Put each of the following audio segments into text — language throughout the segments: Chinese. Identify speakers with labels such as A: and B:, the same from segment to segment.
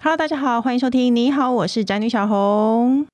A: Hello，大家好，欢迎收听。你好，我是宅女小红。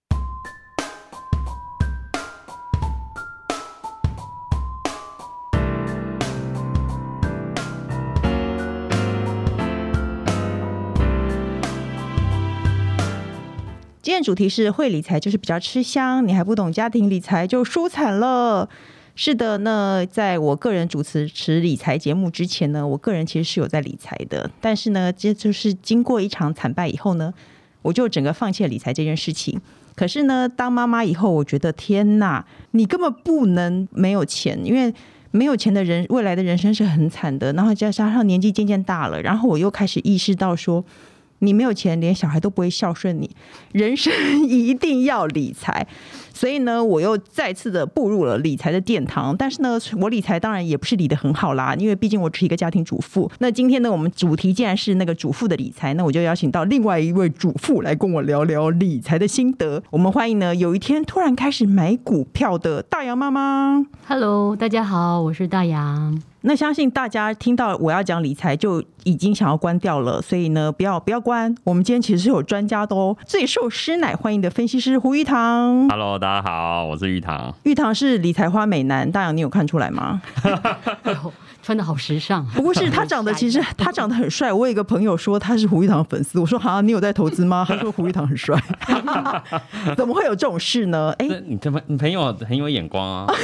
A: 今天主题是会理财就是比较吃香，你还不懂家庭理财就输惨了。是的，那在我个人主持持理财节目之前呢，我个人其实是有在理财的，但是呢，这就是经过一场惨败以后呢，我就整个放弃了理财这件事情。可是呢，当妈妈以后，我觉得天呐，你根本不能没有钱，因为没有钱的人，未来的人生是很惨的。然后再加上年纪渐渐大了，然后我又开始意识到说，你没有钱，连小孩都不会孝顺你，人生 一定要理财。所以呢，我又再次的步入了理财的殿堂。但是呢，我理财当然也不是理得很好啦，因为毕竟我只是一个家庭主妇。那今天呢，我们主题既然是那个主妇的理财，那我就邀请到另外一位主妇来跟我聊聊理财的心得。我们欢迎呢，有一天突然开始买股票的大洋妈妈。
B: Hello，大家好，我是大洋。
A: 那相信大家听到我要讲理财就已经想要关掉了，所以呢，不要不要关。我们今天其实是有专家的哦，最受师奶欢迎的分析师胡玉堂。
C: Hello，大家好，我是玉堂。
A: 玉堂是理财花美男，大洋你有看出来 吗？
B: 哎呦，穿的好时尚啊。
A: 不过是他长得其实他长得很帅。我有一个朋友说他是胡玉堂的粉丝，我说哈，你有在投资 吗？他说胡玉堂很帅，怎么会有这种事 呢？哎、
C: 那你这么你朋友很有眼光
A: 哦
C: 啊，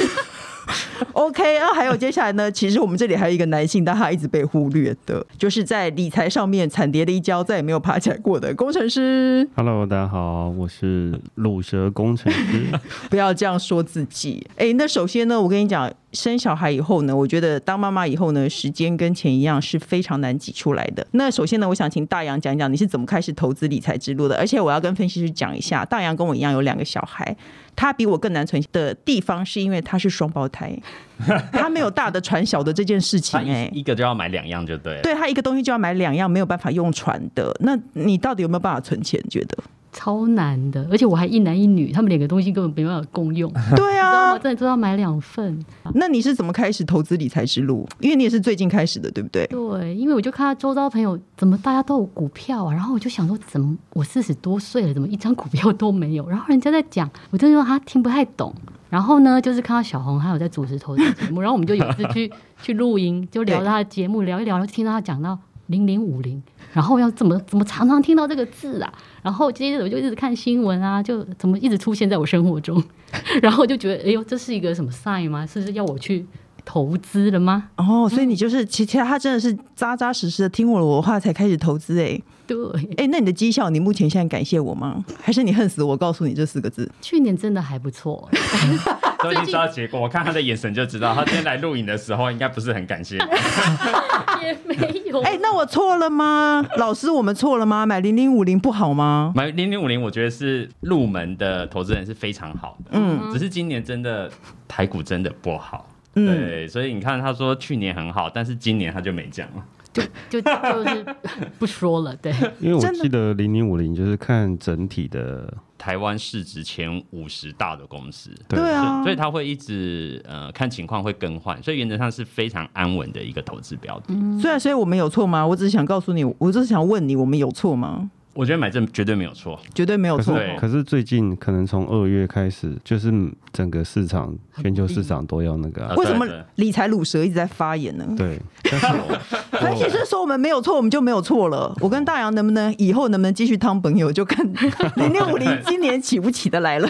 A: OK 啊，还有接下来呢，其实我们这里还有一个男性，但他一直被忽略的，就是在理财上面惨跌了一跤，再也没有爬起来过的工程师。
D: Hello，大家好，我是卤蛇工 程师。
A: 不要这样说自己。哎，那首先呢，我跟你讲，生小孩以后呢，我觉得当妈妈以后呢，时间跟钱一样是非常难挤出来的。那首先呢，我想请大洋讲一讲你是怎么开始投资理财之路的，而且我要跟分析师讲一下，大洋跟我一样有两个小孩。他比我更难存的地方，是因为他是双胞 胎，他没有大的传小的这件事情、
C: 他
A: 哎，
C: 一一个就要买两样就对了。
A: 对他一个东西就要买两样，没有办法用传的。那你到底有没有办法存钱？觉得？
B: 超难的，而且我还一男一女，他们两个东西根本没办法共用，你知
A: 对
B: 道
A: 啊
B: 吗？，真的都要买两份。
A: 那你是怎么开始投资理财之路？因为你也是最近开始的，对不对？
B: 对，因为我就看到周遭朋友怎么大家都有股票啊，然后我就想说，怎么我四十多岁了，怎么一张股票都没有？然后人家在讲，我真的他听不太懂。然后呢，就是看到小红还有在主持投资节目，然后我们就有一次去去录音，就聊
A: 对
B: 他的节目，聊一聊，然后就听到他讲到零零五零，然后要怎么怎么常常听到这个字啊，然后接着我就一直看新闻啊，就怎么一直出现在我生活中， 然后我就觉得，哎呦，这是一个什么 sign 吗？是不是要我去投资了吗？
A: 哦，所以你就是，其其实他真的是扎扎实实的听我的话才开始投资、哎
B: 对。
A: 哎，那你的绩效，你目前现在感谢我吗？还是你恨死我告诉你这四个字？
B: 去年真的还不错，
A: 啊
C: 都已经知道结果，我看他的眼神就知道，他今天来录影的时候应该不是很 感谢。
A: 嗯
B: 也没 有。
A: 哎、那我错了吗？老师，我们错了吗？买零零五零不好吗？
C: 买零零五零，我觉得是入门的投资人是非常好的，
A: 嗯
C: 只是今年真的台股真的不好。
A: 嗯，
C: 对，所以你看，他说去年很好，但是今年他就没讲了。
B: 就就就是不说了，对，
D: 因为我
A: 真的
D: 记得零零五零就是看整体的，
C: 台湾市值前五十大的公司，
D: 对
A: 对啊，
C: 所所以它会一直呃看情况会更换，所以原则上是非常安稳的一个投资标的。
A: 虽然所以我们有错吗？我只是想告诉你，我只是想问你，我们有错吗？
C: 我觉得买这绝对没有错，
A: 绝对没有
D: 可
A: 错。
C: 对
D: 是可是最近可能从二月开始，就是整个市场、全球市场都要那个、啊
C: 呃，
A: 为什么
C: 对对
A: 理财卤蛇一直在发言
C: 嗯
A: 呢？
D: 对，
A: 分析师说我们没有错，我们就没有错了。我跟大洋能不能以后能不能继续当朋友，就 看零六五零今年起不起得 来了。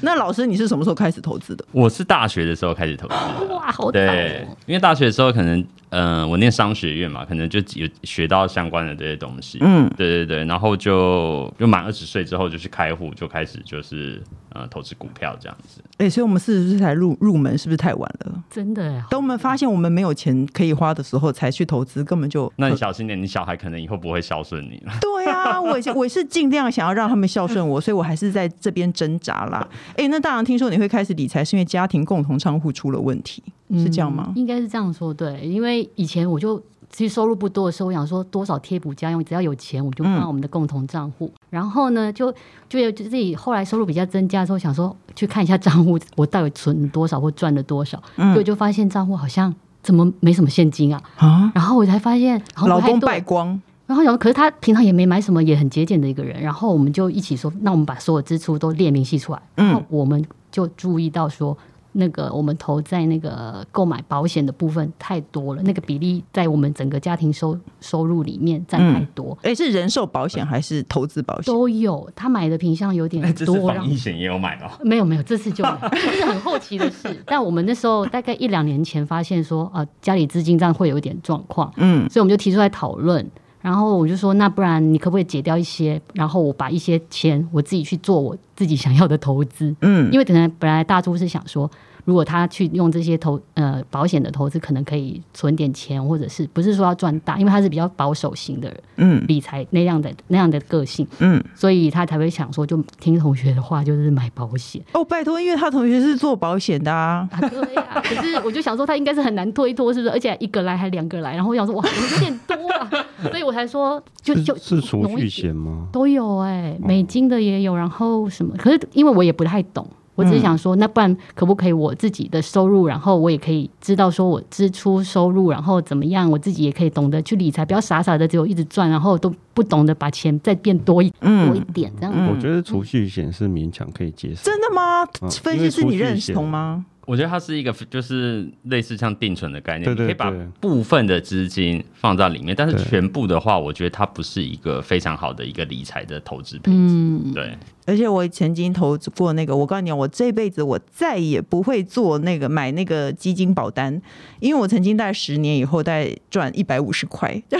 A: 那老师，你是什么时候开始投资的？
C: 我是大学的时候开始投资的。
B: 哇，好大
C: 对
B: 哦，，
C: 因为大学的时候可能，嗯、我念商学院嘛，可能就有学到相关的这些东西，
A: 嗯，
C: 对对对，然后就就满二十岁之后就去开户，就开始就是呃投资股票这样子。
A: 哎、所以我们四十岁才入入门，是不是太晚了？
B: 真的耶，
A: 等我们发现我们没有钱可以花的时候，才去投资，根本就
C: 那你小心点，你小孩可能以后不会孝顺你 了。
A: 对啊，我以前我是尽量想要让他们孝顺我，所以我还是在这边挣扎啦。 哎、那大洋听说你会开始理财，是因为家庭共同账户出了问题，是这样吗
B: 嗯？应该是这样说，对，因为以前我就其实收入不多的时候，我想说多少贴补家用，只要有钱我就放到我们的共同账户。然后呢，就就有就自己后来收入比较增加之后，想说去看一下账户，我到底存了多少或赚了多少，
A: 嗯
B: 结果就发现账户好像怎么没什么现金啊。
A: 啊，
B: 然后我才发现，好像
A: 老
B: 不太
A: 公
B: 对
A: 败光，
B: 然后想说，可是他平常也没买什么，也很节俭的一个人。然后我们就一起说，那我们把所有支出都列明细出来。
C: 嗯
B: 然后我们就注意到说，那个我们投在那个购买保险的部分太多了，那个比例在我们整个家庭收收入里面占太多。
C: 嗯
A: 哎，是人寿保险还是投资保险？
B: 都有，他买的品项有点
C: 哎， 这次
B: 多，啊然
C: 防
B: 后
C: 疫险也有买哦。
B: 没有没有，这次就买，这是很后期的事。 但我们那时候大概一两年前发现说，啊、家里资金这样会有一点状况，
A: 嗯，
B: 所以我们就提出来讨论。然后我就说，那不然你可不可以解掉一些，然后我把一些钱我自己去做我自己想要的投资。
A: 嗯，
B: 因为可能本来大猪是想说，如果他去用这些投呃保险的投资，可能可以存点钱，或者是不是说要赚大，因为他是比较保守型的人，
A: 嗯
B: 理财那样的那样的个性，
A: 嗯，
B: 所以他才会想说，就听同学的话，就是买保险。
A: 哦，拜托，因为他同学是做保险的啊。
B: 啊，对呀、可是我就想说，他应该是很难推脱，是不是？而且一个来还两个来，然后我想说，哇，有点多啊，所以我才说，就就是
D: 是储
B: 浓一
D: 蓄
B: 点
D: 险吗？
B: 都有哎、美金的也有，然后什么？可是因为我也不太懂，我只是想说，那不然可不可以我自己的收入，然后我也可以知道说我支出、收入，然后怎么样，我自己也可以懂得去理财，不要傻傻的只有一直赚，然后都不懂得把钱再变多一多一
A: 嗯，
B: 点这样。
A: 嗯
D: 我觉得储蓄险是勉强可以接受。
A: 真的吗
D: 嗯？
A: 分析师，你认同吗？
C: 我觉得它是一个就是类似像定存的概念，
D: 对对
C: 你可以把
D: 对
C: 部分的资金放到里面，但是
D: 对
C: 全部的话，我觉得它不是一个非常好的一个理财的投资配置。
B: 嗯，
C: 对，
A: 而且我曾经投资过那个，我告诉你，我这辈子我再也不会做那个买那个基金保单，因为我曾经大概十年以后大概赚一百五十块，就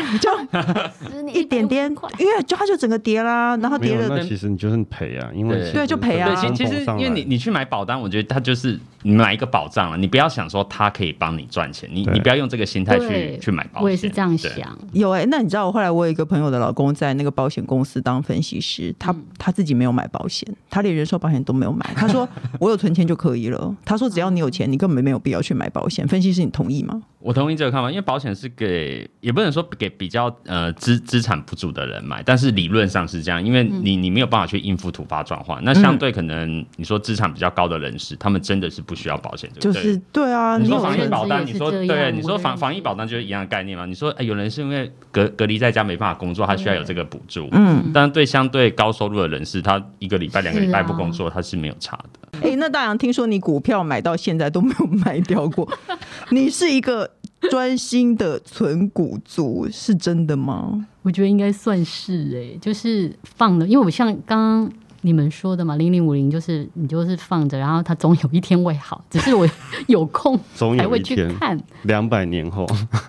B: 十年
A: 一点点
B: 块，
A: 因为就它就整个跌啦，然后
D: 没
A: 跌
D: 有，
A: 了
D: 那其实你就是赔啊，因为
C: 对
D: 其
A: 对
D: 实
A: 就赔啊
C: 对，
D: 通
C: 其
D: 膨
C: 其实
D: 上
C: 因为
D: 来
C: 你你去买保单，我觉得它就是你买一个保障了，你不要想说它可以帮你赚钱，你
D: 对
C: 你不要用这个心态去
B: 对
C: 去买保险。
B: 我也是这样
C: 对。
B: 想。
A: 有哎、那你知道我后来我有一个朋友的老公在那个保险公司当分析师，他、他自己没有买保险，他连人寿保险都没有买。他说我有存钱就可以了。他说只要你有钱，你根本没有必要去买保险。分析师，你同意吗？
C: 我同意这个看法，因为保险是给也不能说给比较呃资资产不足的人买，但是理论上是这样，因为
B: 嗯
C: 你你没有办法去应付突发状况，那
D: 嗯
C: 相对可能你说资产比较高的人士，他们真的是不需要保险，对
A: 就
C: 不对
A: 是对啊，
C: 你
A: 你
C: 说
A: 有
B: 我
C: 防疫
B: 认知
C: 保单，
B: 也
C: 你
B: 是
C: 说
B: 这
C: 对，
B: 样
C: 你
B: 我
C: 说
B: 认
C: 防防疫
B: 知
C: 保单就是一样的概念嘛？你说，哎，有人是因为隔隔离在家没办法工作，他需要有这个补助，嗯，但是对相对高收入的人士，他一个礼拜、两个礼
B: 啊
C: 拜不工作，他是没有差的。
A: 哎、那大洋，听说你股票买到现在都没有卖掉过， 你是一个专心的存股族，是真的吗？
B: 我觉得应该算是哎、就是放了，因为我像刚刚你们说的嘛，零零五零就是你就是放着，然后它总有一天会好，只是我有空
D: 总
B: 才
D: 有
B: 会
D: 一
B: 去
D: 天，
B: 看。
D: 两百年后，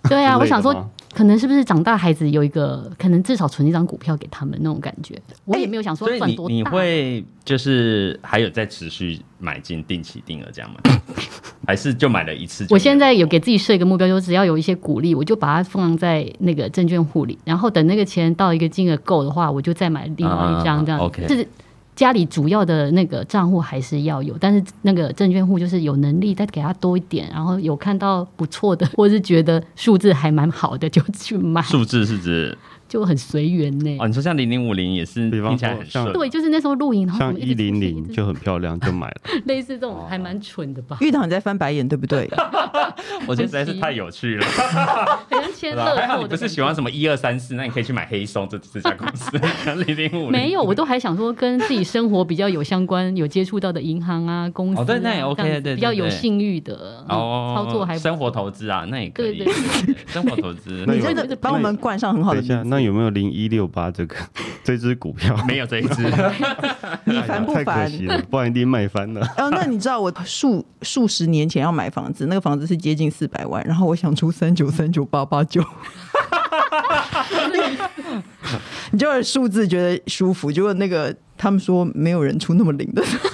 B: 对啊，
D: 之类的
B: 我想说
D: 吗，
B: 可能是不是长大孩子有一个，可能至少存一张股票给他们那种感觉。我也
A: 哎
B: 没有想说
C: 所以
B: 赚
C: 你
B: 多大，啊
C: 你会就是还有在持续买进定期定额这 样吗？还是就买了一次就没有？
B: 我现在有给自己设一个目标，就是只要有一些鼓励，我就把它放在那个证券户里，然后等那个钱到一个金额够的话，我就再买另外一张
C: 啊
B: 这样。
C: OK
B: 就是家里主要的那个账户还是要有，但是那个证券户就是有能力再给他多一点，然后有看到不错的，或是觉得数字还蛮好的就去买，
C: 数字是指
B: 就很随缘呢。
C: 哦，你说像零零五零也是
D: 比方
C: 听起来
D: 说
C: 很
D: 像
C: 顺，
B: 对，就是那时候露营，然后
D: 像
B: 我们
D: 一
B: 直出现
D: 零
B: 一
D: 零
B: 直
D: 就很漂亮，就买了。
B: 类似这种还蛮蠢的吧，
C: 哦
A: 玉堂你在翻白眼，对不对？
C: 我觉得实在是太有趣了。
B: 很像签
C: 对
B: 乐透
C: 吧
B: 的
C: 还好
B: 感
C: 你
B: 觉。
C: 不是喜欢什么一二三四，那你可以去买黑松这这家公 司零零五零。
B: 没 有，我都还想说跟自己生活比较有相关、有接触到的银行啊、公司啊、
C: 哦对那也 OK，
B: 这样子
C: 对对
B: 比较有
C: 对
B: 信誉的嗯
C: 哦，
B: 操作还不
C: 生活投资啊，那也可以。
B: 对对
C: 生活 投资
D: 那
A: 你
D: 有
A: 真的帮我们冠上很好
D: 等
A: 的
D: 一下，
A: 名
D: 那
A: 字，
D: 有没有零一六八这个 这只股票？
C: 没有这一支，
A: 你烦不
D: 啊太可
A: 烦？
D: 惜了，不然一定卖 翻了。
A: 哦，那你知道我数数十年前要买房子，那个房子是接近四百万，然后我想出三九三九八八九， 你就是数字觉得舒服，结果那个他们说没有人出那么零的时候。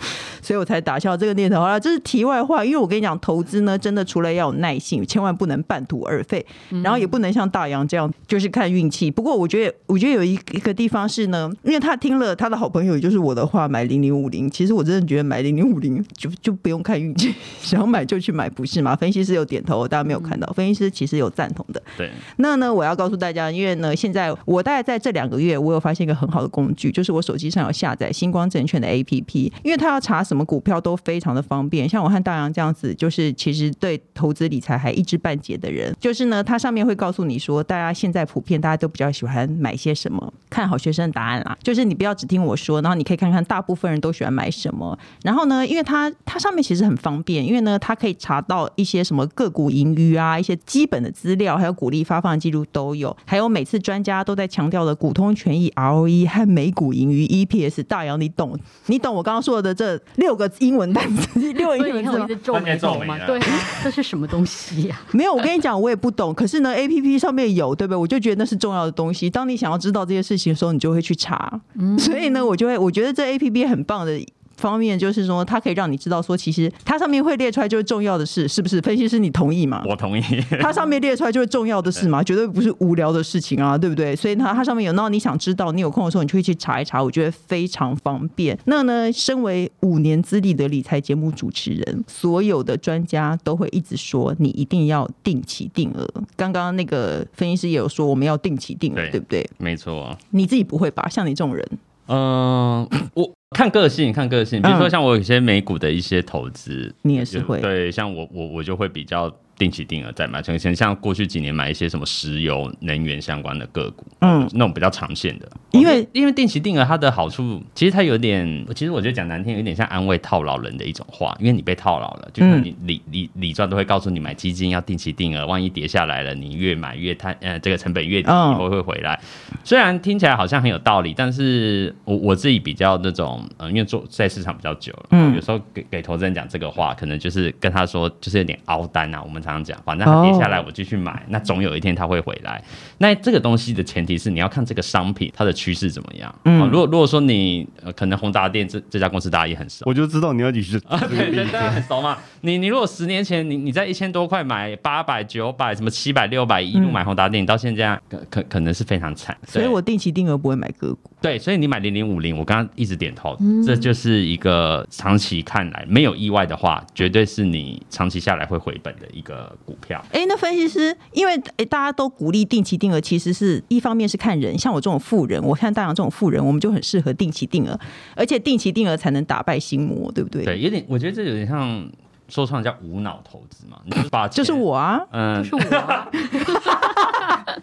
A: 所以我才打消这个念头。好了，这是题外话，因为我跟你讲，投资呢，真的除了要有耐性，千万不能半途而废，然后也不能像大洋这样，就是看运气。不过我觉得，我觉得有一一个地方是呢，因为他听了他的好朋友，也就是我的话，买零零五零，其实我真的觉得买零零五零就就不用看运气， 想买就去买，不是吗？分析师有点头，大家没有看到，分析师其实有赞同的。
C: 对，
A: 那呢，我要告诉大家，因为呢，现在我大概在这两个月，我有发现一个很好的工具，就是我手机上有下载星光证券的 APP，因为它要查什么股票都非常的方便。像我和大洋这样子，就是其实对投资理财还一知半解的人，就是呢，它上面会告诉你说，大家现在普遍大家都比较喜欢买些什么，看好学生的答案啦。就是你不要只听我说，然后你可以看看大部分人都喜欢买什么。然后呢，因为它它上面其实很方便，因为呢，它可以查到一些什么个股盈余啊，一些基本的资料，还有股利发放记录都有，还有每次专家都在强调的股东权益 ROE 和每股盈余 EPS。大洋，你懂你懂我刚刚说的这六个英文单词， 六个
B: 所
A: 英文
B: 以你
A: 字
B: 看我
A: 吗
B: 一直皱眉头嘛，对啊，这是什么东西 呀、
A: 没有，我跟你讲，我也不懂。可是呢，A P P 上面有，对不对？我就觉得那是重要的东西。当你想要知道这些事情的时候，你就会去查。所以呢，我就会我觉得这 A P P 很棒的。方面就是说，它可以让你知道说，其实它上面会列出来就是重要的事，是不是？分析师，你同意吗？
C: 我同意。
A: 它上面列出来就是重要的事嘛，绝对不是无聊的事情啊，对不对？所以呢，它上面有，那你想知道，你有空的时候，你就会去查一查，我觉得非常方便。那呢，身为五年资历的理财节目主持人，所有的专家都会一直说，你一定要定期定额。刚刚那个分析师也有说，我们要定期定额，
C: 对
A: 对不对？
C: 没错，
A: 你自己不会吧？像你这种人，
C: 嗯、我看个性，看个性。比如说
A: 嗯
C: 像我有些美股的一些投资，
A: 你也是会，
C: 对，像我我我就会比较定期定额在买，像像过去几年买一些什么石油、能源相关的个股，
A: 嗯，
C: 那种比较长线的。哦
A: 因为
C: 因为定期定额它的好处，其实它有点，其实我觉得讲难听，有点像安慰套牢人的一种话，因为你被套牢了，就
A: 嗯
C: 像你理理理专都会告诉你买基金要定期定额，万一跌下来了，你越买越贪，呃，这个成本越低，
A: 嗯
C: 以后会回来。虽然听起来好像很有道理，但是我我自己比较那种，呃，因为做在市场比较久了，
A: 嗯
C: 有时候给给投资人讲这个话，可能就是跟他说，就是有点凹单啊。我们常常讲，反正它跌下来我继续买，那总有一天它会回来。那这个东西的前提是你要看这个商品它的趋势怎么样。嗯，如果如果说你、呃、可能宏达电这这家公司大家也很熟，
D: 我就知道你要你是
C: 啊，对对，大家很熟嘛。你你如果十年前你你在一千多块买八百、九百、什么七百、六百一路买宏达电，你到现在可可可能是非常惨。
A: 嗯所以
C: 对
A: 我定期定额不会买个股。
C: 对，所以你买零零五零，我刚刚一直点头，
A: 嗯
C: 这就是一个长期看来没有意外的话，绝对是你长期下来会回本的一个股票。
A: 哎，那分析师，因为诶大家都鼓励定期定额，其实是一方面是看人，像我这种富人，我看大洋这种富人，我们就很适合定期定额，而且定期定额才能打败心魔，对不对？
C: 对，有点，我觉得这有点像说唱叫无脑投资嘛，你就是把
A: 就是
C: 钱，
A: 我啊，
C: 嗯，
B: 就是我、啊，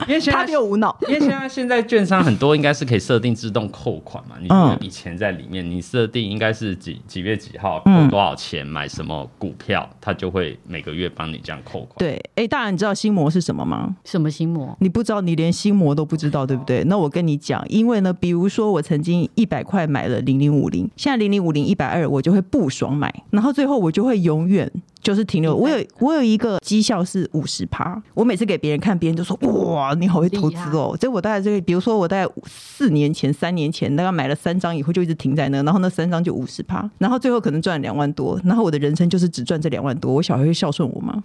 C: 因为现
A: 他
C: 在
A: 比。我无脑，
C: 因为现在现在券商很多应该是可以设定自动扣款嘛，你
A: 嗯
C: 有一笔钱在里面，你设定应该是几几月几号
A: 嗯
C: 扣多少钱买什么股票，它就会每个月帮你这样扣款。
A: 对，哎，大洋，你知道心魔是什么吗？
B: 什么心魔？
A: 你不知道，你连心魔都不知道，对不对？那我跟你讲，因为呢，比如说我曾经一百块买了零零五零，现在零零五零一百二，我就会不爽买，然后最后我就会永远。就是停留，我有我有一个绩效是五十趴，我每次给别人看，别人就说哇，你好会投资哦。这我大概这个，比如说我大概四年前、三年前，大概买了三张以后就一直停在那，然后那三张就五十趴，然后最后可能赚两万多，然后我的人生就是只赚这两万多，我小孩会孝顺我吗？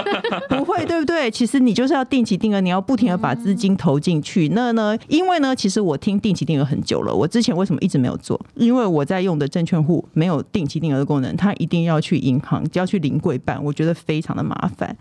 A: 不会，对不对？其实你就是要定期定额，你要不停的把资金投进去。那呢，因为呢，其实我听定期定额很久了，我之前为什么一直没有做？因为我在用的证券户没有定期定额的功能，它一定要去银行，就要去临柜办，我觉得非常的麻烦。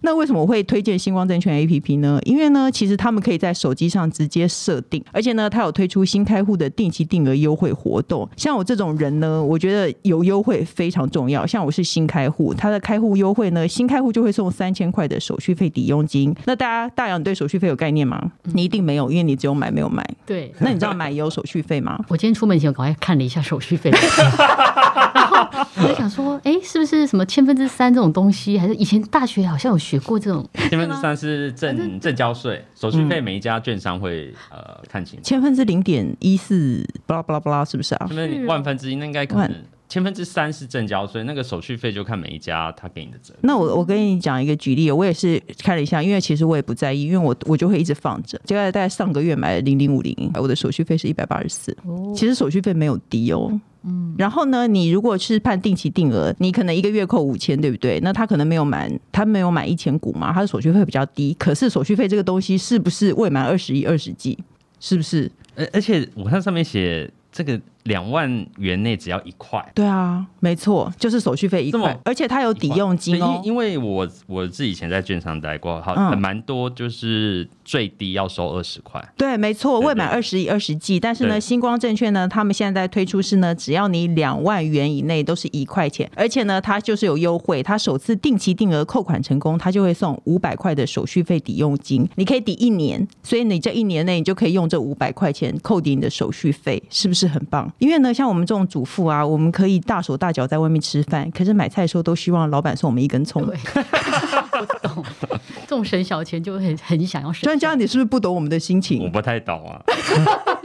A: 那为什么我会推荐星光证券 A P P 呢？因为呢，其实他们可以在手机上直接设定，而且呢，它有推出新开户的定期定额优惠活动。像我这种人呢，我觉得有优惠非常重要。像我是新开户，它的开户优惠呢，新开户就会送三千块的手续费抵佣金。那大家大洋，你对手续费有概念吗？你一定没有，因为你只有买没有卖。
B: 对，
A: 那你知道买也有手续费吗？
B: 我今天出门前，我赶快看了一下手续费。 然后我就想说，哎、是不是什么千分之三这种东西？还是以前大学好像有学过这种？
C: 千分之三是
A: 啊
C: 正正交税，手续费每一家券商会呃看情况。
A: 千分之零点一四，巴拉巴拉巴拉，是不是哦啊
C: 千？分之万分之一，那应该可能千分之三是正交税，那个手续费就看每一家他给你的折。
A: 那我我跟你讲一个举例，我也是看了一下，因为其实我也不在意，因为我我就会一直放着。结果大概上个月买了零零五零，我的手续费是一百八十四，其实手续费没有低哦。嗯，然后呢，你如果是判定期定额，你可能一个月扣五千，对不对？那他可能没有满，他没有满一千股嘛，他的手续费比较低。可是手续费这个东西是不是未满二十一、二十几？是不是？
C: 而而且我看上面写这个两万元内只要一块。
A: 对啊，没错，就是手续费一
C: 这
A: 块
C: 么，
A: 而且它有抵用金
C: 对
A: 哦
C: 因。因为我我自己以前在券商待过，好，
A: 嗯
C: 蛮多就是最低要收二十块。
A: 对，没错，
C: 对
A: 未满
C: 对
A: 二十一、二十季，但是呢，
C: 对
A: 星光证券呢，他们现在在推出是呢，只要你两万元以内都是一块钱，而且呢，它就是有优惠，它首次定期定额扣款成功，它就会送五百块的手续费抵用金，你可以抵一年，所以你这一年内你就可以用这五百块钱扣抵你的手续费，是不是很棒？因为呢，像我们这种主妇啊，我们可以大手大脚在外面吃饭，可是买菜的时候都希望老板送我们一根葱。
B: 对，我懂，这种省小钱就很很想要省。
A: 专家，你是不是不懂我们的心情？
C: 我不太懂 啊，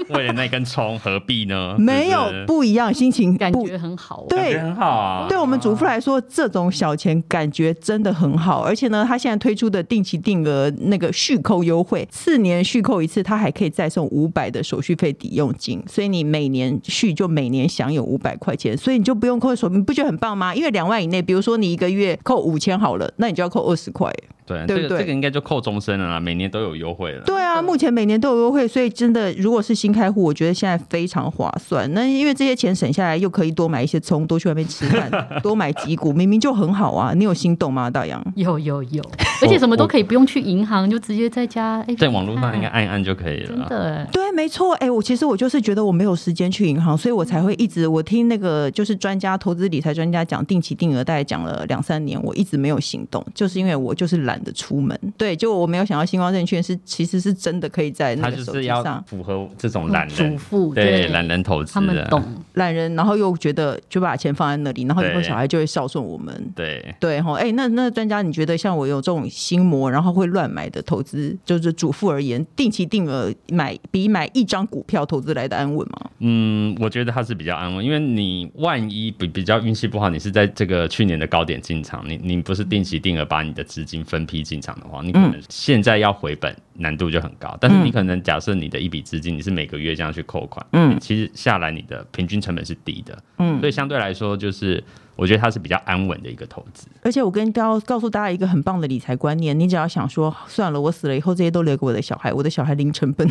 C: 为了那根葱何必呢？
A: 没有
C: 是
A: 不一样，心情
B: 感
A: 不
B: 觉很好、哦，
C: 不是
A: 对
C: 感觉很好啊。
A: 对我们主妇来说，这种小钱感觉真的很好，而且呢，他现在推出的定期定额那个续扣优惠，四年续扣一次，他还可以再送五百的手续费抵用金，所以你每年续就每年享有五百块钱，所以你就不用扣手，你不觉得很棒吗？因为两万以内，比如说你一个月扣五千好了，那你就要扣二十块。
C: 对，
A: 对
C: 这
A: 不
C: 个
A: 对
C: 这个应该就扣终身了啦，每年都有优惠了。
A: 对啊，目前每年都有优惠，所以真的，如果是新开户，我觉得现在非常划算。那因为这些钱省下来，又可以多买一些葱，多去外面吃 饭，多买几股，明明就很好啊！你有心动吗，大洋？
B: 有有有，而且什么都可以不用去银行，就直接在家。哎，
C: 哦在网络上应该啊
B: 看
C: 按一按就可以了
B: 真
C: 啦。
B: 的哎
A: 对，没错。哎、我其实我就是觉得我没有时间去银行，所以我才会一直我听那个就是专家、投资理财专家讲定期定额，大概讲了两三年，我一直没有行动，就是因为我就是懒得出门。对，就我没有想到星光证券是其实是真的可以在那
C: 他
A: 个
C: 就
A: 手
C: 是
A: 机
C: 要
A: 上
C: 符合这种懒
B: 主
C: 人，
B: 妇
C: 对懒啊人投
B: 他
C: 资
B: 们
C: 的，
B: 懂，
A: 懒人，然后又觉得就把钱放在那里，然后以后
C: 对
A: 小孩就会孝顺我们。
C: 对。
A: 对哈，哎、那那专家，你觉得像我有这种心魔，然后会乱买的投资，就是主妇而言，定期定额买比买一张股票投资来的安稳吗？
C: 嗯，我觉得它是比较安稳，因为你万一比比较运气不好，你是在这个去年的高点进场，你你不是定期定额把你的资金分批进场的话，你
B: 嗯
C: 可能现在要回本难度就很高。但是你可能假设你的一笔资金你是每个月这样去扣款，
A: 嗯
C: 嗯，其实下来你的平均成本是低的，嗯，所以相对来说就是我觉得它是比较安稳的一个投资。
A: 而且我跟告告诉大家一个很棒的理财观念，你只要想说，算了，我死了以后这些都留给我的小孩，我的小孩零成本，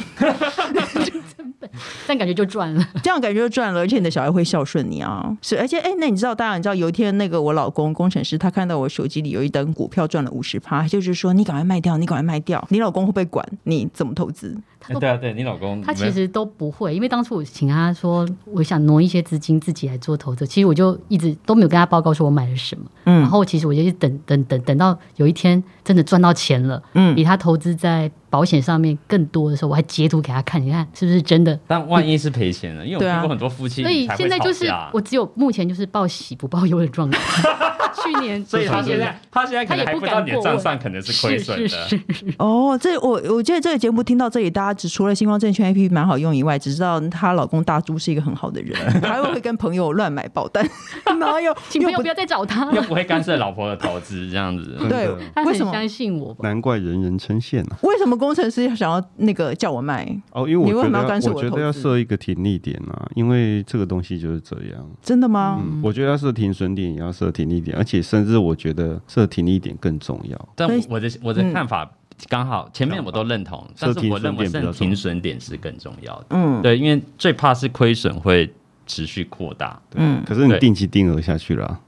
B: 但感觉就赚
C: 嗯
B: 了。
A: 这样感觉就赚了，而且你的小孩会孝顺你啊。是，而且哎、那你知道，当然你知道，有一天那个我老公工程师，他看到我手机里有一单股票赚了五十趴，他就是说你赶快卖掉，你赶快卖掉。你老公会不会管你怎么投资？
B: 他都
C: 对啊，对你老公
B: 他其实都不会，因为当初我请他说，我想挪一些资金自己来做投资，其实我就一直都没有跟他报告说我买了什么。
A: 嗯
B: 然后其实我就一直等等等等到有一天真的赚到钱了，
A: 嗯
B: 比他投资在保险上面更多的时候，我还截图给他看，你看是不是真的？
C: 但万一是赔钱了，因为我
A: 对啊
C: 听过很多夫妻
B: 所以
C: 才会
B: 现在就是
C: 吵架啊
B: 我只有目前就是报喜不报忧的状态。 去年，
C: 所以他现在他现在可
B: 他也
C: 能还
B: 不
C: 知道
B: 敢
C: 你的
B: 过
C: 账
B: 问，
C: 上可能是亏损的。
B: 是是是，
A: 哦，这我我觉得这个节目听到这里，大家只除了星光证券 A P P 蛮好用以外，只知道她老公大猪是一个很好的人，还会跟朋友乱买保单，哪有？
B: 请朋友
A: 又
B: 不要再找他
C: 又
B: 了。
C: 不会干涉老婆的投资这样 子。
A: 对
D: 真的
B: 他
A: 为
B: 很
A: 什么
B: 相信我吧？
D: 难怪人人称羡啊！
A: 为什么工程师想要那个叫我卖？
D: 哦，因为我
A: 你为
D: 觉
A: 什么
D: 得
A: 要干涉我
D: 我
A: 的
D: 觉
A: 投
D: 得要
A: 资
D: 设一个停利点啊，因为这个东西就是这样。
A: 真的吗？
D: 嗯，我觉得要设停损点，也要设停利点，而且甚至我觉得设停利点更重要。
C: 但
A: 所
C: 我
A: 以
C: 我的我的看法刚好前面我都认同，但
D: 设
C: 是
D: 停
C: 我认为
D: 损点比
C: 是
D: 较重要
C: 停损点是更重要的。
A: 嗯
C: 对，因为最怕是亏损会持续扩大，
A: 嗯，
D: 可是你
C: 对
D: 定期定额下去了啊，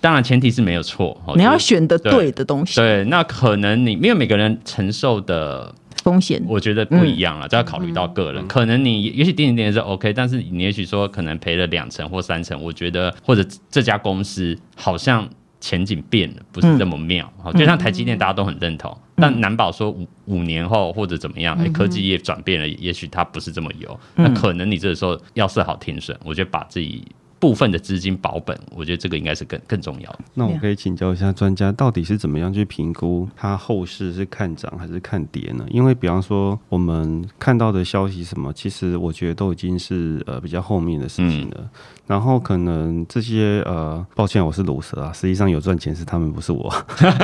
C: 当然前提是没有错。哦
A: 你要
C: 就是
A: 选的
C: 对
A: 对的东西，
C: 对，那可能你因为每个人承受的，
A: 风险。
C: 我觉得不一样了，这要考虑到个人。可能你也许定一点是 OK，但是你也许说可能赔了两成或三成，我觉得或者这家公司好像前景变了，不是这么妙。好、就像台积电，大家都很认同，但难保说五五年后或者怎么样，哎、科技业转变了，也许它不是这么有。那可能你这个时候要设好停损，我觉得把自己。部分的资金保本，我觉得这个应该是更更重要的。
D: 那我
A: 对啊
D: 可以请教一下专家，到底是怎么样去评估它后市是看涨还是看跌呢？因为比方说我们看到的消息什么，其实我觉得都已经是呃比较后面的事情
C: 嗯
D: 了。然后可能这些呃，抱歉，我是卤蛇啊，实际上有赚钱是他们，不是我。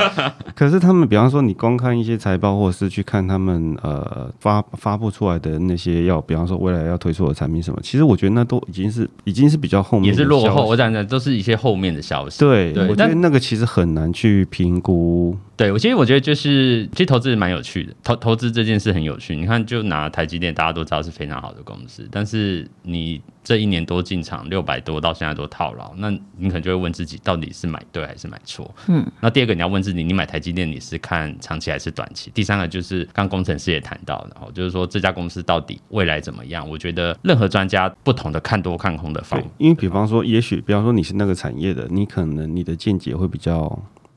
D: 可是他们，比方说你光看一些财报，或者是去看他们呃发发布出来的那些要，比方说未来要推出的产品什么，其实我觉得那都已经是已经是比较后面
C: 也是落后，
D: 消息
C: 我讲讲都是一些后面的消息。
D: 对，
C: 对
D: 我觉
C: 但
D: 得那个其实很难去评估。
C: 对，我其实我觉得就是，其实投资蛮有趣的，投投资这件事很有趣。你看，就拿台积电，大家都知道是非常好的公司，但是你这一年多进场六百多，到现在都套牢，那你可能就会问自己，到底是买对还是买错？嗯，那第二个你要问自己，你买台积电你是看长期还是短期？第三个就是刚工程师也谈到的，哦，就是说这家公司到底未来怎么样？我觉得任何专家不同的看多看空的方
D: 对，因为比方说，也许比方说你是那个产业的，你可能你的见解会比较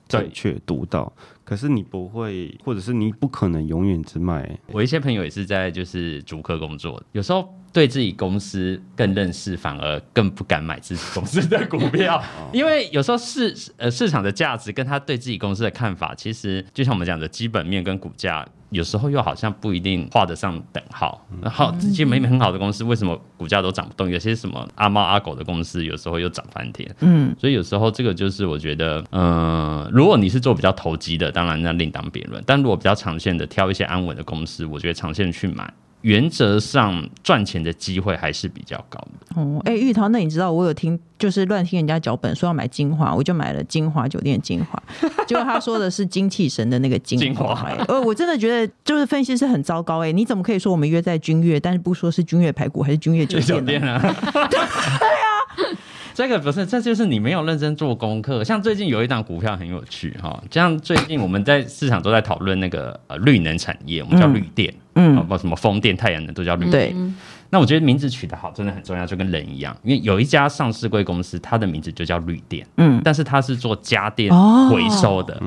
C: 对
D: 准确独到，可是你不会，或者是你不可能永远只买。
C: 我一些朋友也是在就是竹科工作，有时候对自己公司更认识，反而更不敢买自己公司的股票，因为有时候市呃市场的价值跟他对自己公司的看法，其实就像我们讲的基本面跟股价。有时候又好像不一定画得上等号，然后这些明明很好的公司，为什么股价都涨不动？有些什么阿猫阿狗的公司，有时候又涨翻天。
A: 嗯，
C: 所以有时候这个就是我觉得，嗯，如果你是做比较投机的，当然那另当别论。但如果比较长线的，挑一些安稳的公司，我觉得长线去买，原则上赚钱的机会还是比较高 的。
A: 哦，哎、玉桃，那你知道我有听，就是乱听人家脚本说要买精华，我就买了精华酒店的精华，结果他说的是精气神的那个精
C: 精华
A: 哎呃，我真的觉得就是分析师很糟糕哎、你怎么可以说我们约在君悦，但是不说是君悦排骨还是君悦酒
C: 酒
A: 店呢？
C: 店啊，对啊。这个不是，这就是你没有认真做功课。像最近有一档股票很有趣哈、像最近我们在市场都在讨论那个呃绿能产业，我们叫绿电，嗯，包括什么风电、太阳能都叫绿电。
A: 对，
B: 嗯
C: 那我觉得名字取得好真的很重要，就跟人一样，因为有一家上市贵公司，它的名字就叫绿电，
A: 嗯，
C: 但是它是做家电
A: 哦
C: 回收的。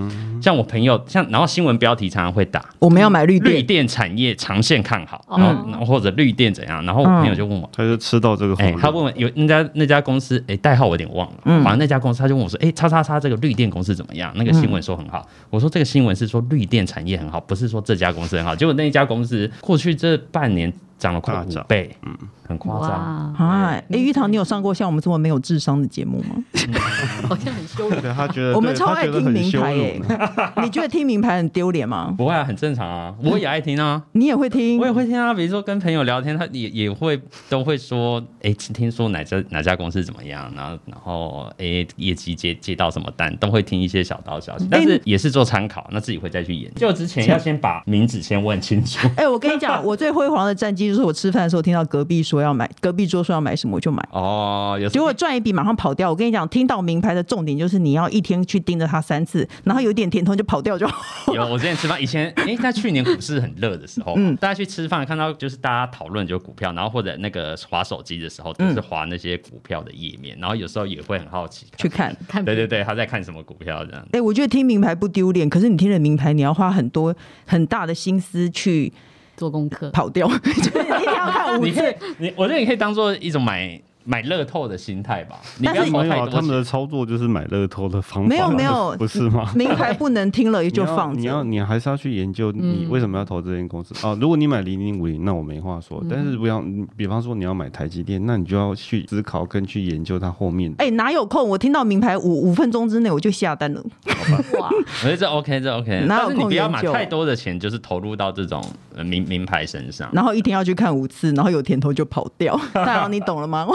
C: 像我朋友，像然后新闻标题常常会打
A: 我们要买绿哦
C: 绿
A: 店，
C: 电产业长线看好，然后然后或者绿电怎样，然后我
A: 嗯
C: 朋友就问我。
D: 他就吃到这个
C: 哎、
D: 红利，
C: 他问我有那家那家公司，哎、代号我有点忘了，反正那家公司他就问我说，哎、叉叉叉这个绿电公司怎么样？那个新闻说很好，我说这个新闻是说绿电产业很好，不是说这家公司很好。结果那一家公司过去这半年涨了快
D: 大
C: 五
D: 涨
C: 倍，嗯，很夸张。
B: 哇，
A: 啊，哎、玉堂，你有上过像我们这么没有智商的节目吗？
B: 好像很羞 辱。
D: 对 他觉得
A: 我们
D: 呃对
A: 超
D: 他
A: 爱
D: 觉得
A: 听
D: 很
A: 名
D: 羞
A: 牌
D: 辱
A: 耶
D: 呢
A: 你觉得听名牌很丢脸吗？
C: 不会啊，很正常啊，我也爱听啊，
A: 你也会听
C: 我？也会听啊。比如说跟朋友聊天，他也也会都会说，哎、听说哪家哪家公司怎么样，然后然后哎、诶业绩接接到什么单，都会听一些小道消息，但是也是做参考，那自己会再去研究。之前要先把名字先问清楚。
A: 哎、我跟你讲，我最辉煌的战绩就是我吃饭的时候听到隔壁说要买，隔壁桌说要买什么我就买，
C: 哦，有时
A: 结
C: 候
A: 果赚一笔马上跑掉。我跟你讲，听到名牌的重点就是你要一天去盯着它三次，然后有点甜头就跑掉就好。
C: 有，我之前吃饭，以前哎、在去年股市很热的时候，大家去吃饭看到就是大家讨论就股票，然后或者那个划手机的时候，就是划那些股票的页面，然后有时候也会很好奇，
A: 去看。
B: 看
C: 对对对，他在看什么股票这样。
A: 哎、我觉得听名牌不丢脸，可是你听了名牌，你要花很多很大的心思去
B: 做功 课，
A: 跑掉，就是你一定要看五
C: 你
A: 次
C: 可。以，你我觉得你可以当做一种买买乐透的心态吧，你不要
A: 但是
C: 投
D: 没有
C: 太
D: 啊，他
C: 多
D: 们
C: 钱。
D: 的操作就是买乐透的方法，
A: 没有没有
D: 不是吗？
A: 名牌不能听了就放
D: 你要
A: 着。
D: 你要你还是要去研究你
B: 嗯
D: 为什么要投这间公司哦。如果你买零零五零，那我没话说。但
B: 嗯
D: 是不要，你比方说你要买台积电，那你就要去思考跟去研究它后面的。
A: 哎、哪有空？我听到名牌五五分钟之内我就下单了。
B: 哇，
C: 我觉得这 OK，这 OK，
A: 哪有
C: 但是你不要
A: 空
C: 把
A: 研究
C: 太多的钱就是投入到这种呃名名牌身上。
A: 然后一天要去看五次，然后有甜头就跑掉。大佬，你懂了吗？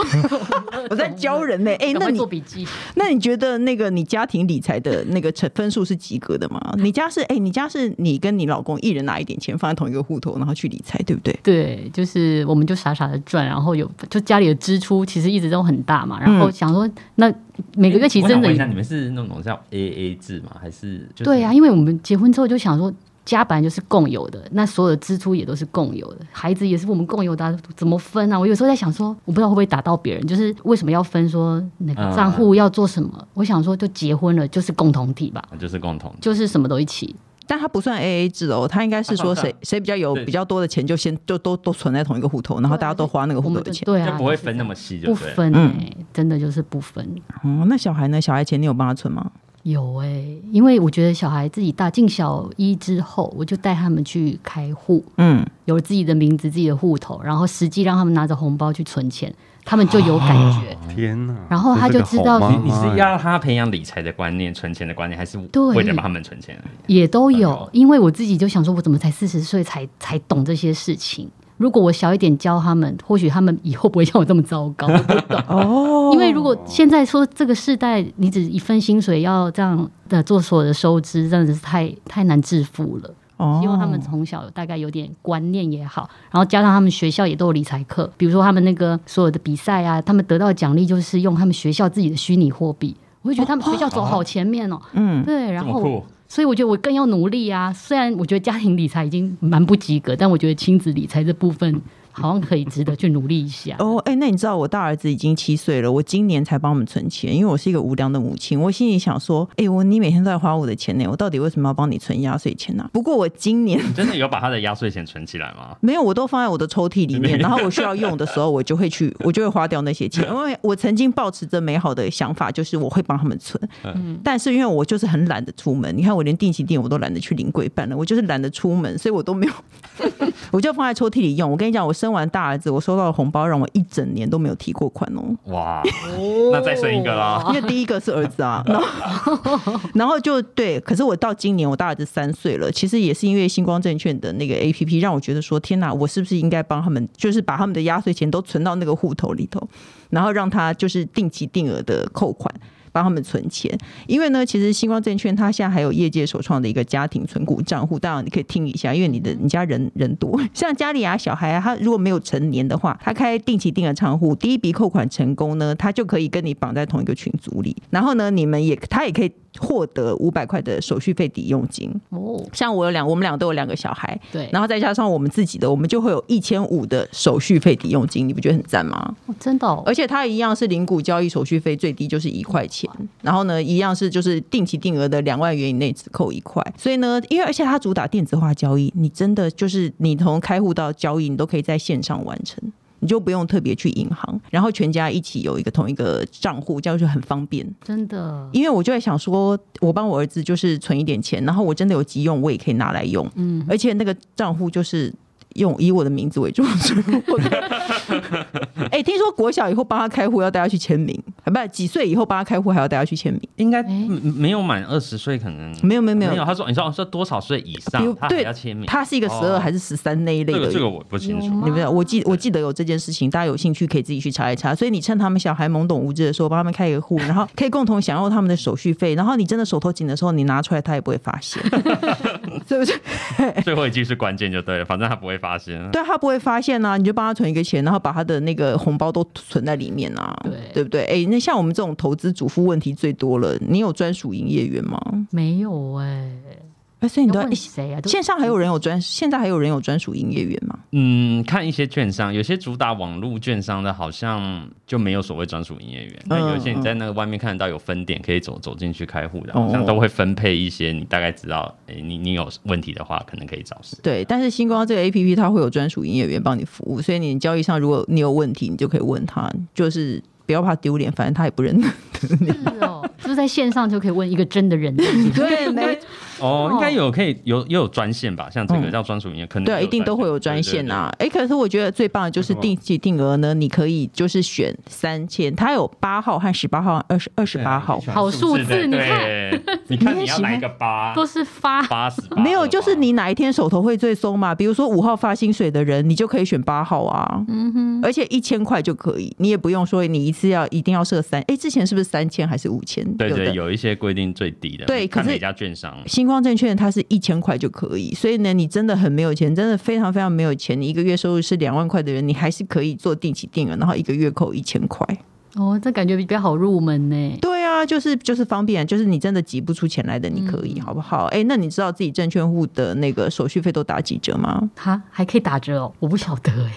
A: 我在教人呢、哎、
B: 赶
A: 那
B: 快
A: 你
B: 做笔记。
A: 那你觉得那个你家庭理财的那个成分数是及格的吗？你家是哎、你家是你跟你老公一人拿一点钱放在同一个户头，然后去理财，对不对？
B: 对，就是我们就傻傻的赚，然后有就家里的支出其实一直都很大嘛，然后
A: 嗯
B: 想说那每个月其实
C: 我想
B: 真的
C: 问一下，你们是那种叫 AA 制吗？还是就是
B: 对呀、啊因为我们结婚之后就想说，家本来就是共有的，那所有的支出也都是共有的，孩子也是我们共有的啊、怎么分啊？我有时候在想说，我不知道会不会打到别人，就是为什么要分说那
C: 啊
B: 个账户要做什么？我想说，就结婚了就是共同体吧，
C: 啊就是共同的
B: 就是什么都一起。
A: 但它不算 A A 制哦，它应该是说谁谁比较有
C: 对
A: 比较多的钱，就先就都都存在同一个户头，然后大家都花那个
B: 我
A: 户头
B: 们
A: 的钱。
B: 对
C: 就
B: 啊，
C: 不会分那么细，就
B: 不
C: 对了。
B: 分、欸，真的就是不分。
A: 哦，那小孩呢？小孩钱你有帮他存吗？
B: 有哎、因为我觉得小孩自己大进小一之后，我就带他们去开户，
A: 嗯，
B: 有了自己的名字、自己的户头，然后实际让他们拿着红包去存钱，他们就有感觉。
D: 天哪！
B: 然后他就知道
C: 你你是
D: 要
C: 要他培养理财的观念、存钱的观念，还是
B: 对
C: 为了帮他们存钱而已？
B: 也都
C: 都
B: 有
C: 有，
B: 因为我自己就想说，我怎么才四十岁才才懂这些事情？如果我小一点教他们，或许他们以后不会像我这么糟糕。我不懂，
A: 哦
B: 因为如果现在说这个世代，你只一份薪水要这样的做所有的收支，真的是太太难致富了。
A: 哦
B: 希望他们从小大概有点观念也好，然后加上他们学校也都有理财课，比如说他们那个所有的比赛啊，他们得到的奖励就是用他们学校自己的虚拟货币。我就觉得他们学校走好前面哦，
A: 嗯，
B: 对，然
C: 这么
B: 后
C: 酷，
B: 所以我觉得我更要努力啊。虽然我觉得家庭理财已经蛮不及格，但我觉得亲子理财这部分好像可以值得去努力一下。
A: 哦，哎、那你知道我大儿子已经七岁了，我今年才帮我们存钱，因为我是一个无良的母亲。我心里想说，哎、我你每天都在花我的钱呢，我到底为什么要帮你存压岁钱呢、啊不过我今年
C: 真的有把他的压岁钱存起来吗？
A: 没有，我都放在我的抽屉里面，
C: 里面
A: 然后我需要用的时候，我就会去， 我就会花掉那些钱。因为我曾经抱持着美好的想法，就是我会帮他们存，但是因为我就是很懒得出门，你看我连定期定我都懒得去临柜办了，我就是懒得出门，所以我都没有， 我就放在抽屉里用。我跟你讲，我生完大儿子，我收到的红包让我一整年都没有提过款哦。
C: 哇，那再生一个啦！
A: 因为第一个是儿子啊，然后然后就对，可是我到今年我大儿子三岁了，其实也是因为星光证券的那个 A P P 让我觉得说，天哪，我是不是应该帮他们，就是把他们的压岁钱都存到那个户头里头，然后让他就是定期定额的扣款。帮他们存钱，因为呢，其实星光证券它现在还有业界首创的一个家庭存股账户，当然你可以听一下，因为你的你家人人多，像家里啊小孩啊，他如果没有成年的话，他开定期定额账户，第一笔扣款成功呢，他就可以跟你绑在同一个群组里，然后呢，你们也他也可以获得五百块的手续费抵用金。
B: 哦，
A: 像我有两，我们俩都有两个小孩，
B: 对，
A: 然后再加上我们自己的，我们就会有一千五的手续费抵用金，你不觉得很赞吗？
B: 哦真的、哦，
A: 而且它一样是零股交易手续费最低就是一块钱，然后呢，一样是就是定期定额的两万元以内只扣一块，所以呢，因为而且它主打电子化交易，你真的就是你从开户到交易，你都可以在线上完成。你就不用特别去银行，然后全家一起有一个同一个账户，这样就很方便。
B: 真的，
A: 因为我就在想说，我帮我儿子就是存一点钱，然后我真的有急用，我也可以拿来用。嗯，而且那个账户就是用以我的名字为主。所以我可以 哎、听说国小以后帮他开户要带他去签名，啊，不，几岁以后帮他开户还要带他去签名？
C: 应该
B: 哎
C: 没没有满二十岁，可能
A: 没有，没有，没有。
C: 他说你说说多少岁以
A: 比如
C: 上，他还
A: 对
C: 要签名。
A: 他是一个十二
C: 哦
A: 还是十三那一类
C: 这
A: 的嗯
C: 个这个我不清
B: 有
C: 楚
B: 吗。
A: 你们我记我记得有这件事情，大家有兴趣可以自己去查一查。所以你趁他们小孩懵懂无知的时候，帮他们开一个户，然后可以共同享用他们的手续费。然后你真的手头紧的时候，你拿出来，他也不会发 现， 是不是？
C: 最后一句是关键就对了，反正他不会发现。
A: 对他不会发现啊，你就帮他存一个钱，然后把他的那个红包都存在里面啊，
B: 对
A: 不对？哎，那像我们这种投资主妇问题最多了，你有专属营业员吗？
B: 没有哎、
A: 哎，所以你
B: 要
A: 都要
B: 问
A: 哎
B: 谁啊？都
A: 线上还有人有专，现在还有人有专属营业员吗？
C: 嗯，看一些券商，有些主打网络券商的，好像就没有所谓专属营业员。
A: 嗯
C: 那、有一些你在那个外面看得到有分店，可以走走进去开户的，
A: 哦
C: 好像都会分配一些，你大概知道，诶、你你有问题的话，可能可以找谁。
A: 对，但是星光这个 A P P 它会有专属营业员帮你服务，所以你交易上如果你有问题，你就可以问他，就是不要怕丢脸，反正他也不认得你。
B: 是哦，就是在线上就可以问一个真的人的
A: 对，没
C: 哦
B: 哦，
C: 应该有可以有也有专线吧，像这个
A: 嗯
C: 叫专属营业，可能
A: 对啊，
C: 有
A: 一定都会有专线。啊。哎、可是我觉得最棒的就是
D: 为什么
A: 定期定额呢，你可以就是选三千，它有八号和十八号、二十二十
C: 对对对对啊
A: 八号
C: 对。
B: 好数字
C: 对
B: 你看
C: 对你看你要来一个八
B: 都是发
C: 八十，
A: 没有，就是你哪一天手头会最松嘛？比如说五号发薪水的人，你就可以选八号啊。嗯哼，而且一千块就可以，你也不用说你一次要一定要设三。哎，之前是不是三千还是五千？
C: 对
A: 有的
C: 对，有一些规定最低的，
A: 对
C: 看
A: 可是
C: 哪家券商。
A: 星光证券它是一千块就可以，所以呢，你真的很没有钱，真的非常非常没有钱，你一个月收入是两万块的人，你还是可以做定期定额，然后一个月扣一千块。
B: 哦，这感觉比较好入门呢。
A: 对啊，就是就是方便，就是你真的挤不出钱来的，你可以、好不好？哎、那你知道自己证券户的那个手续费都打几折吗？
B: 哈，还可以打折哦，我不晓得哎。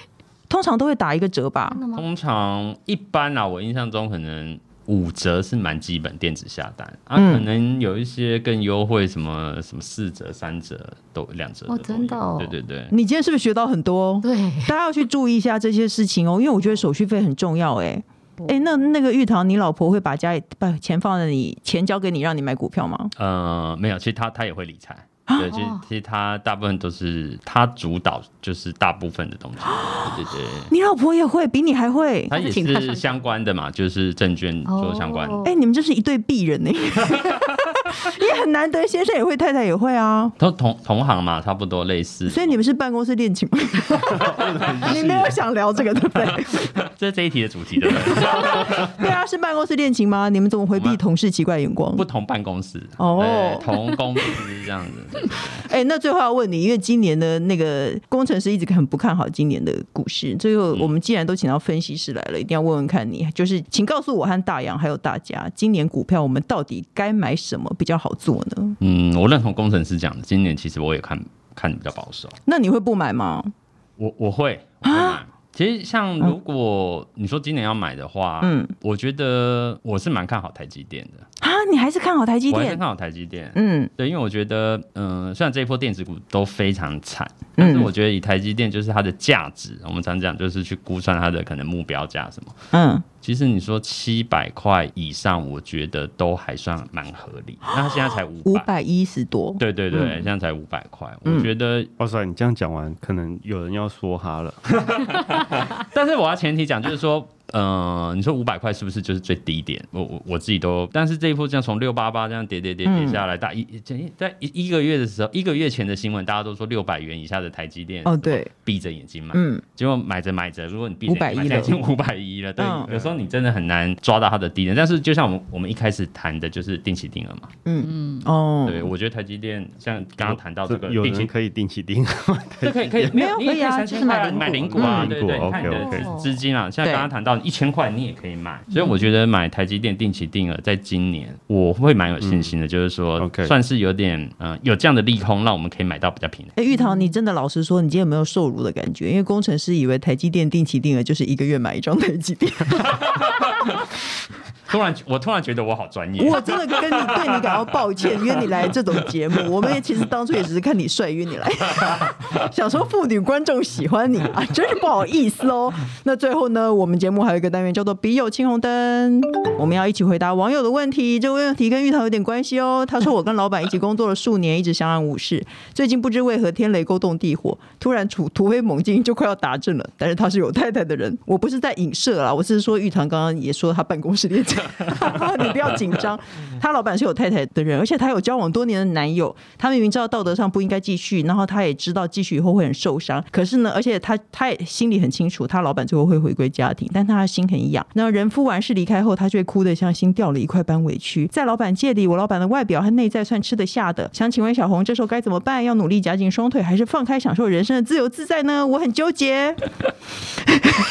A: 通常都会打一个折吧。
B: 的吗？
C: 通常一般啦，我印象中可能五折是蛮基本电子下单啊，
A: 嗯
C: 可能有一些更优惠，什么什么四折、三折都两折
B: 哦
C: 的都有
B: 真的哦
C: 对对对。
A: 你今天是不是学到很多？
B: 对，
A: 大家要去注意一下这些事情哦，因为我觉得手续费很重要、哎。哎，那那个玉堂，你老婆会把家里把钱放在你钱交给你，让你买股票吗？
C: 呃，没有，其实他他也会理财。对，其实其实他大部分都是他主导，就是大部分的东西。对对对，
A: 你老婆也会，比你还会。
C: 他也
B: 请他
C: 是
B: 上
C: 相关的嘛，就是证券做相关的。
B: 哦
A: 哎、你们这是一对璧人呢、因为很难得，先生 也会，太太也会啊。
C: 都同同行嘛，差不多类似。
A: 所以你们是办公室恋情 吗？你没有想聊这个，对不对？
C: 这是这一题的主题，对不对？
A: 对啊，是办公室恋情吗？你们怎么回
C: 我
A: 避
C: 们
A: 同事奇怪眼光？
C: 不同办公室
A: 嗯哦
C: 对同公司这样子。
A: 哎、那最后要问你，因为今年的那个工程师一直很不看好今年的股市，最后我们既然都请到分析师来了，一定要问问看你，就是请告诉我和大洋还有大家，今年股票我们到底该买什么比较好做呢？
C: 嗯，我认同工程师讲的，今年其实我也看看比较保守。
A: 那你会不买吗？
C: 我我会
A: 啊
C: 我会
A: 嗯
C: 买。其实像如果你说今年要买的话，
A: 嗯
C: 嗯，我觉得我是蛮看好台积电的，
A: 啊，你还是看好台积
C: 我还是
A: 电？
C: 看好台积电。
A: 嗯
C: 对，因为我觉得，嗯、虽然这一波电子股都非常惨，但是
A: 嗯
C: 我觉得以台积电就是它的价值，我们常讲就是去估算它的可能目标价什么。
A: 嗯，
C: 其实你说七百块以上，我觉得都还算蛮合理。那它现在才五
A: 五
C: 百，嗯
A: 百一十多。
C: 对对对，现在才五百块，我觉得
D: 哇哦塞，你这样讲完，可能有人要说哈了。
C: 但是我要前提讲，就是说，呃，你说五百块是不是就是最低点？我我我自己都，但是这一波这样从六八八这样跌跌跌跌下来，大一一在一一个月的时候，一个月前的新闻，大家都说六百元以下的台积电，
A: 哦，对，
C: 闭着眼睛买，
A: 嗯，
C: 结果买着买着，如果你闭着眼睛
A: 510
C: 买
A: 了
C: 已经五百一了，对，
A: 嗯
C: 有时候你真的很难抓到它的低点。但是就像我们我们一开始谈的，就是定期定额嘛，
B: 嗯
A: 哦，
C: 对我觉得台积电像刚刚谈到这个
D: 有
C: 定
D: 人
C: 期
D: 可以定期定，
C: 这可以可以没有
A: 没有可以啊
C: 三
A: 就
C: 千
A: 是
C: 块
A: 买
C: 啊
A: 零股
C: 买零股啊，
D: 嗯
C: 对
D: 零股
C: 对，看你
D: OK，OK
C: 的资金啊。像
A: 对
C: 刚刚谈到一千块你也可以买，所以我觉得买台积电定期定额，在今年我会蛮有信心的，就是说
D: 嗯 OK
C: 算是有点嗯有这样的利空，让我们可以买到比较便宜。
A: 哎、玉堂，你真的老实说，你今天有没有受辱的感觉？因为工程师以为台积电定期定额就是一个月买一张台积电，
C: 突然我突然觉得我好专业，
A: 我真的跟你对你感到抱歉，约你来这种节目，我们也其实当初也只是看你帅约你来， 想说妇女观众喜欢你啊，真是不好意思哦。那最后呢，我们节目还有一个单元叫做“笔友青红灯”，我们要一起回答网友的问题。这个问题跟玉堂有点关系哦。他说我跟老板一起工作了数年，一直相安无事，最近不知为何天雷勾动地火，突然突突飞猛进，就快要打阵了。但是他是有太太的人，我不是在影射啦，我是说玉堂刚刚也说他办公室恋 情，你不要紧张。他老板是有太太的人，而且他有交往多年的男友，他明明知道道德上不应该继续，然后他也知道继续以后会很受伤，可是呢，而且他他也心里很清楚，他老板最后会回归家庭，但他的心很痒。那人夫完事离开后，他却哭得像心掉了一块般委屈。在老板界里，我老板的外表和内在算吃得下的。想请问小红，这时候该怎么办？要努力夹紧双腿，还是放开享受人生的自由自在呢？我很纠结。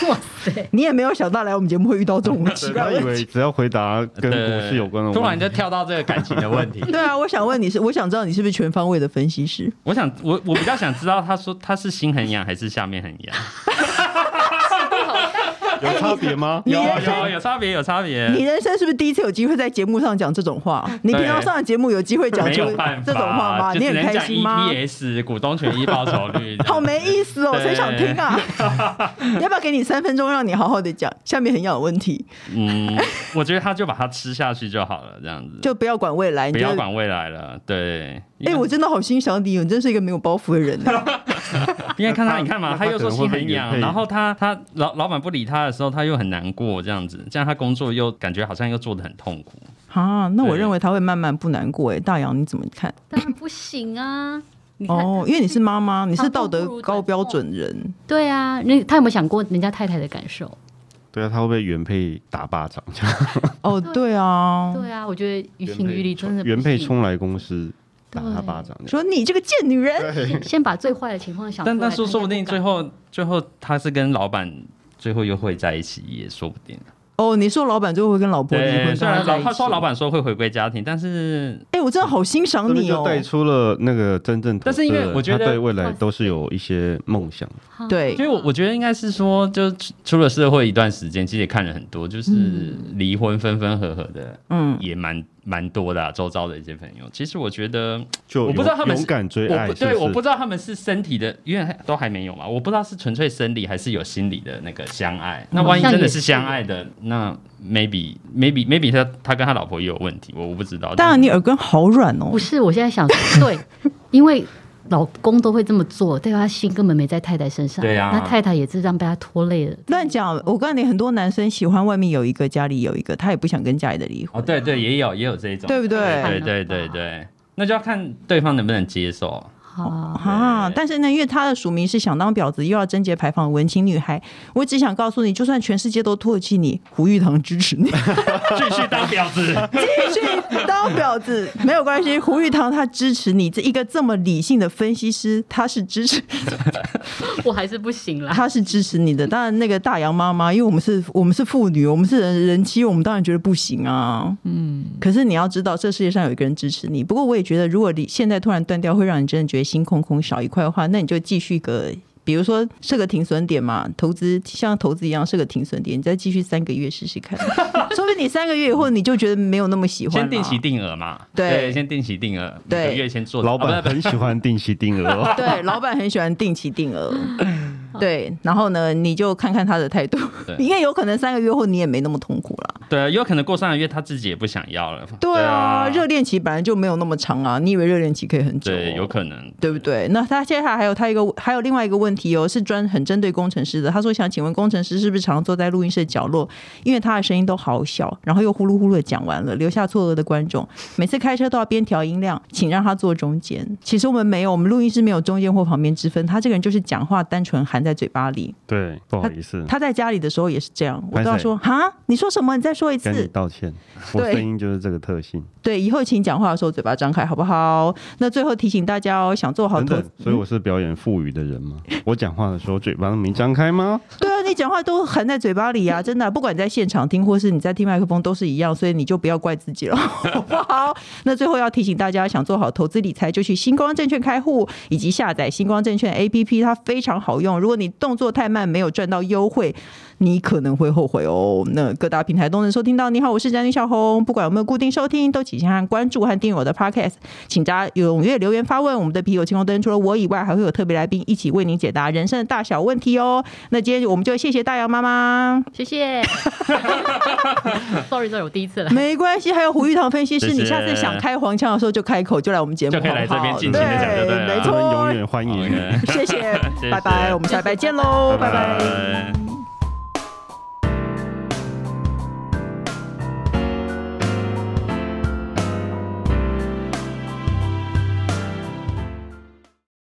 B: 哇塞，
A: 你也没有想到来我们节目会遇到这种奇怪
D: 他
A: 的
D: 以
A: 问题。
D: 为只要回答跟股市有关的问题，
C: 突然就跳到这个感情的问题。
A: 对啊，我想问你是，我想知道你是不是全方位的分析师？
C: 我想我我比较想知道，他说他是心很痒还是下面很痒？
D: 有差 别吗？
A: 你
C: 有
A: 人生
C: 有有差别有差别。
A: 你人生是不是第一次有机会在节目上讲这种话？你平常上的节目有 机会讲
C: 没
A: 出
C: 有办法，
A: 这种话吗？
C: 就
A: 你
C: 只
A: 很
C: 能
A: 开
C: 讲
A: 心吗？
C: EPS 股东权益报酬率，
A: 好没意思哦，
C: 对
A: 谁想听啊？ 要不要给你三分钟，让你好好的讲？下面很有问题，
C: 嗯，我觉得他就把它吃下去就好了，这样子
A: 就不要管未来，你
C: 不
A: 就
C: 要。管未来了。对，
A: 哎、我
C: 因为
A: 真的好欣赏你，你真是一个没有包袱的人、 啊。
C: 因为看他，你看
D: 那
C: 嘛，
D: 他
C: 他又说心
D: 可能会
C: 很
D: 被原
C: 痒，
D: 配
C: 然后他他老老板不理他的时候，他又很难过，这样子，这样他工作又感觉好像又做的很痛苦。
A: 啊，那我
C: 对
A: 认为他会慢慢不难过、哎，大洋你怎么看？
B: 当然不行啊！你看
A: 哦，因为你是妈妈，你是
B: 长痛
A: 道德
B: 不如短
A: 高标
B: 痛
A: 准人。
B: 对啊，那他有没有想过人家太太的感受？
D: 对啊，他会被原配打巴掌，
A: 哦，对啊，
B: 对啊，我觉得于 情于理真的不
D: 原配
B: 行
D: 冲来公司打他巴掌，
A: 说你这个贱女人，
B: 先先把最坏的情况想出来
C: 但
B: 看看
C: 但
B: 不
C: 说
B: 敢，
C: 说不定最后最后他是跟老板最后又会在一起，也说不定。
A: 哦，你说老板最后会跟老婆离
C: 对，
A: 婚，
C: 虽然
A: 跟
C: 老
A: 在
C: 他
A: 一起
C: 说老，板说会回归家庭，但是
A: 哎、我真的好欣
D: 这
A: 赏
D: 边
A: 你
D: 就
A: 哦，
D: 带出了那个真正投资
C: 但
D: 人，
C: 是因为我觉得
D: 他对未来都是有一些梦想。
B: 哈
A: 对
C: 因为我我觉得应该是说，就出出了社会一段时间，其实也看了很多，就是离婚分分合合的，
A: 嗯，
C: 也蛮蛮多的啊、周遭的一些朋友。其实我觉得，
D: 就
C: 我不知道他们是
D: 勇敢追
C: 我
D: 爱，
C: 不
D: 是不
C: 对，
D: 是
C: 我不知道他们是身体的，因为还都还没有嘛，我不知道是纯粹生理还是有心理的那个相爱。那万一真的是相爱的，那 maybe maybe maybe 他他跟他老婆也有问题，我我不知道。
A: 当然，你耳根好软哦
B: 不。是，我现在想说，对，因为老公都会这么做，对吧他心根本没在太太身上，
C: 对啊
B: 那太太也是这样被他拖累了。
A: 乱讲，我告诉你，很多男生喜欢外面有一个，家里有一个，他也不想跟家里的离婚，
C: 哦，对对，也有也有这一种，
A: 对不对
C: 对对对对，那就要看对方能不能接受。
B: 好，
A: 啊！但是呢，因为她的署名是想当婊子又要贞洁牌坊的文青女孩，我只想告诉你，就算全世界都唾弃你，胡玉堂支持你，
C: 继续当婊子，
A: 继续当婊子没有关系。胡玉堂他支持你，这一个这么理性的分析师，他是支持，
B: 我还是不行啦。
A: 他是支持你的。当然，那个大洋妈妈，因为我们是我们是妇女，我们是人人妻，我们当然觉得不行啊。嗯，可是你要知道，这世界上有一个人支持你。不过我也觉得，如果你现在突然断掉，会让你真的觉得心空空少一块的话，那你就继续个。比如说设个停损点嘛，投资像投资一样设个停损点，你再继续三个月试试看，说不定你三个月以后你就觉得没有那么喜欢了。
C: 先定期定额嘛，
A: 对
C: 先定期定额，
A: 对。
C: 每个月先做，
D: 老
C: 啊
D: 板
C: 不
D: 很喜欢定期定额 哦
A: 对，老板很喜欢定期定额。对，然后呢，你就看看他的态度
C: 嗯对，
A: 因为有可能三个月后你也没那么痛苦了。
C: 不对，有可能过上个月他自己也不想要了，
A: 对啊，热
C: 对
A: 恋期本来就没有那么长啊，你以为热恋期可以很久、哦？
C: 对有可能，
A: 对不对？那他接下来还有他一个还有另外一个问题哦，是专很针对工程师的。他说想请问工程师是不是常坐在录音室的角落，因为他的声音都好小，然后又呼噜呼噜的讲完了，留下错愕的观众。每次开车都要边调音量，请让他坐中间。其实我们没有，我们录音室没有中间或旁边之分。他这个人就是讲话单纯含在嘴巴里。
D: 对，不好意思，
A: 他在家里的时候也是这样，我都要
D: 拍谁
A: 说哈，你说什么？你再说一
D: 赶紧
A: 次。
D: 道歉，我
A: 对
D: 声音就是这个特性。
A: 对，以后请讲话的时候嘴巴张开，好不好？那最后提醒大家哦，想做好
D: 等
A: 投
D: 等，所以我是表演富语的人吗？我讲话的时候嘴巴没张开吗？
A: 对啊，你讲话都含在嘴巴里啊，真的啊、不管你在现场听或是你在听麦克风都是一样，所以你就不要怪自己了，好不好？那最后要提醒大家，想做好投资理财，就去星光证券开户，以及下载星光证券 APP，它非常好用。如果你动作太慢，没有赚到优惠，你可能会后悔哦。那各大平台都能收听到。你好，我是詹妮小红，不管有没有固定收听，都请先按关注和订阅我的 Podcast。请大家踊跃留言发问。我们的啤酒青红灯除了我以外，还会有特别来宾一起为您解答人生的大小问题哦。那今天我们就谢谢大姚妈妈，
B: 谢谢。sorry，sorry，我第一次来。
A: 没关系。还有胡玉堂分析师，
C: 谢谢
A: 你下次想开黄腔的时候就开口，就来我们节目，
C: 就可以来这边尽情地讲就对
A: 对，
C: 了
A: 没
D: 我们
A: 错
D: 永。远欢迎。
C: OK
A: 谢谢，
C: 谢 谢
A: 拜拜，我们下礼拜见喽，拜拜。
C: 拜。